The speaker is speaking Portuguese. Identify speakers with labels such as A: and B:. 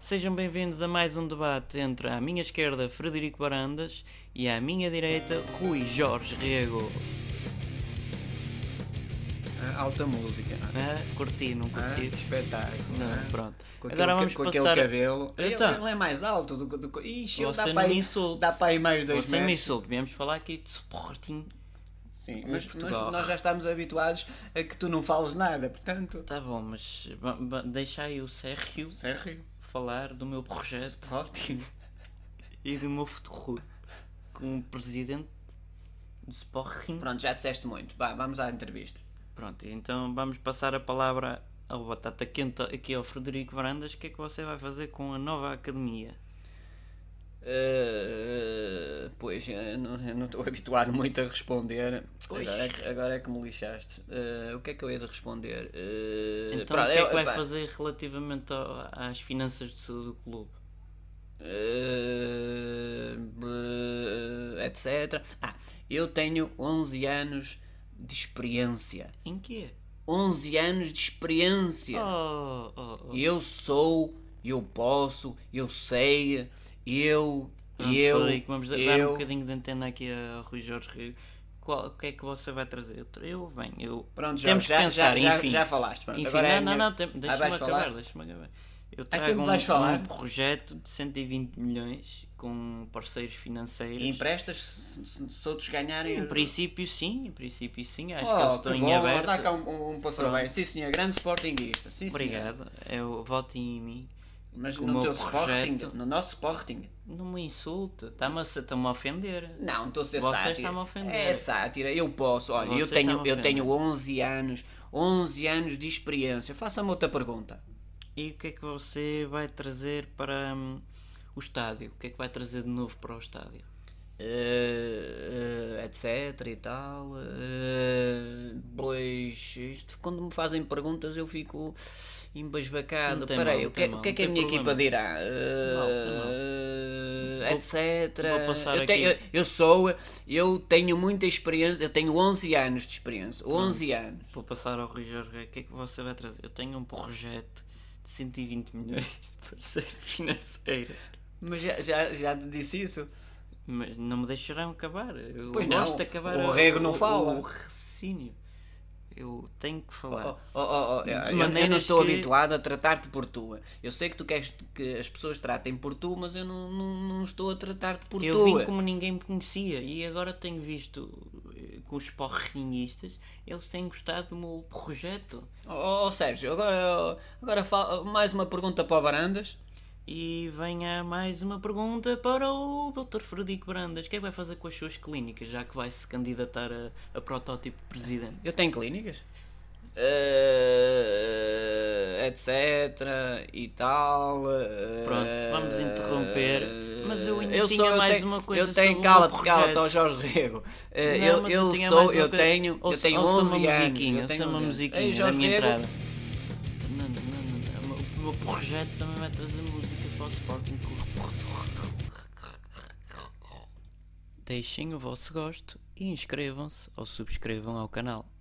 A: Sejam bem-vindos a mais um debate entre à minha esquerda Frederico Barandas e à minha direita Rui Jorge Rego.
B: Ah, Alta música.
A: Ah, curti, não
B: Ah, que
A: curti?
B: espetáculo.
A: Não,
B: ah.
A: pronto.
B: Com
A: Agora
B: aquele,
A: vamos
B: ca- com
A: passar-
B: aquele cabelo. Ele-
A: Então.
B: ele, é mais alto do que. Do, que- ixi, ele
A: Você
B: dá
A: não
B: para
A: me
B: aí.
A: insulta.
B: Dá para aí mais dois
A: Você me
B: metros.
A: insulta, viemos falar aqui de Sporting.
B: Sim,
A: Com
B: mas
A: Portugal.
B: nós, nós já estamos habituados a que tu não fales nada, portanto.
A: Tá bom, mas ba- ba- deixa aí o Sérgio
B: Sérgio?
A: falar do meu projeto
B: Ótimo.
A: e do meu futuro como presidente do Sporting.
B: Pronto, já disseste muito. Vá, vamos à entrevista.
A: Pronto, então vamos passar a palavra ao Batata Quente aqui ao Frederico Varandas. O que é que você vai fazer com a nova academia?
B: Uh, pois, eu não eu não estou habituado muito a responder.
A: Pois.
B: Agora é, que- agora é que me lixaste. Uh, o que é que eu hei de responder? Uh,
A: Então
B: pronto,
A: o que é
B: eu-
A: que vai
B: epá,
A: fazer relativamente ao- às finanças de saúde do clube?
B: Uh, blá, etc. Ah, eu tenho 11 anos de experiência.
A: Em quê?
B: 11 anos de experiência.
A: Oh, oh, oh.
B: Eu sou, eu posso, eu sei, eu,
A: Pronto,
B: eu,
A: Frederico, vamos dar
B: eu.
A: um bocadinho de antena aqui ao Rui Jorge Rio. Qual, o que é que você vai trazer? Eu, tra- eu bem, eu.
B: Pronto,
A: temos
B: já,
A: que
B: já,
A: pensar,
B: já,
A: enfim.
B: já falaste. Pronto,
A: Enfim,
B: agora é a
A: não,
B: minha-
A: não, não, tem-
B: Ah,
A: deixa-me
B: vais
A: acabar,
B: falar? Ah,
A: deixa-me acabar. Eu
B: sempre
A: trago um,
B: vais falar?
A: um projeto de 120 milhões com parceiros financeiros.
B: E emprestas se, se, se outros ganharem.
A: Em princípio sim, em princípio sim, acho que eles
B: oh,
A: estão
B: que
A: em
B: bom,
A: aberto.
B: dá cá um, um, um pastor
A: Pronto.
B: bem. Sim, senhor, grande sportinguista. Sim, senhor.
A: Obrigado, eu voto em mim.
B: Mas
A: Com o
B: no
A: meu
B: teu Sporting,
A: projeto.
B: no nosso Sporting.
A: Não me insulte, está-me a, está-me a ofender.
B: Não, estou a ser
A: Você
B: sátira.
A: está-me a ofender.
B: É sátira, eu posso. Olha, eu
A: Você
B: tenho,
A: está-me a
B: eu tenho
A: ofender.
B: 11 anos, 11 anos de experiência. Faça-me outra pergunta.
A: E o que é que você vai trazer para hum, o estádio? O que é que vai trazer de novo para o estádio?
B: Eh, eh, etc e tal. eh, pois, isto, quando me fazem perguntas eu fico embasbacado.
A: Não tem
B: Espera aí,
A: mal,
B: o que, é-
A: não tem
B: o que é que a
A: mal,
B: minha
A: não tem
B: equipa dirá? Eh,
A: mal, não tem mal.
B: eh, etc.
A: vou passar
B: eu, tenho-
A: aqui.
B: eu- eu sou, eu tenho muita experiência, eu tenho 11 anos de experiência. 11 anos.
A: Vou passar ao Rui Jorge, o que é que você vai trazer? Eu tenho um projeto de 120 milhões de parceiros financeiros.
B: Mas já, já, já te disse isso?
A: Mas não me deixarão acabar. Eu
B: Pois não,
A: gosto de acabar
B: o
A: a-
B: rego não
A: o-
B: fala.
A: O raciocínio. Eu tenho que falar.
B: Oh, oh, oh, oh, eu- eu, não
A: maneiras
B: estou
A: que-
B: habituado a tratar-te por tu. Eu sei que tu queres que as pessoas tratem por tu, mas eu não, não, não estou a tratar-te por
A: Eu
B: tu.
A: vim como ninguém me conhecia e agora tenho visto eh, que os porrinhistas eles têm gostado do meu projeto
B: Oh, oh, Sérgio, agora, agora fa- mais uma pergunta para o Barandas.
A: e venha mais uma pergunta para o Dr. Frederico Brandas o que é que vai fazer com as suas clínicas já que vai se candidatar a, a protótipo de presidente
B: Eu tenho clínicas? Eh, etc. e tal. eh,
A: Pronto, vamos interromper, mas eu ainda tinha
B: eu
A: mais
B: tenho-
A: uma coisa
B: Eu tenho,
A: sobre o
B: cala-te,
A: meu
B: cala-te
A: projeto.
B: ao tá, Jorge Rego. Eh,
A: Não,
B: eu
A: mas
B: eu
A: tinha
B: sou,
A: mais uma
B: eu
A: coisa.
B: tenho, eu
A: Ouça-
B: tenho
A: ouça
B: 11
A: uma
B: anos.
A: musiquinha,
B: eu
A: ouça
B: tenho
A: uma
B: 11 anos.
A: musiquinha
B: Ei,
A: da
B: Jorge
A: minha
B: Rego,
A: entrada. Não, não, não, não. O meu projeto também vai trazer música para o Sporting Clube de Porto. Deixem o vosso gosto e inscrevam-se ou subscrevam ao canal.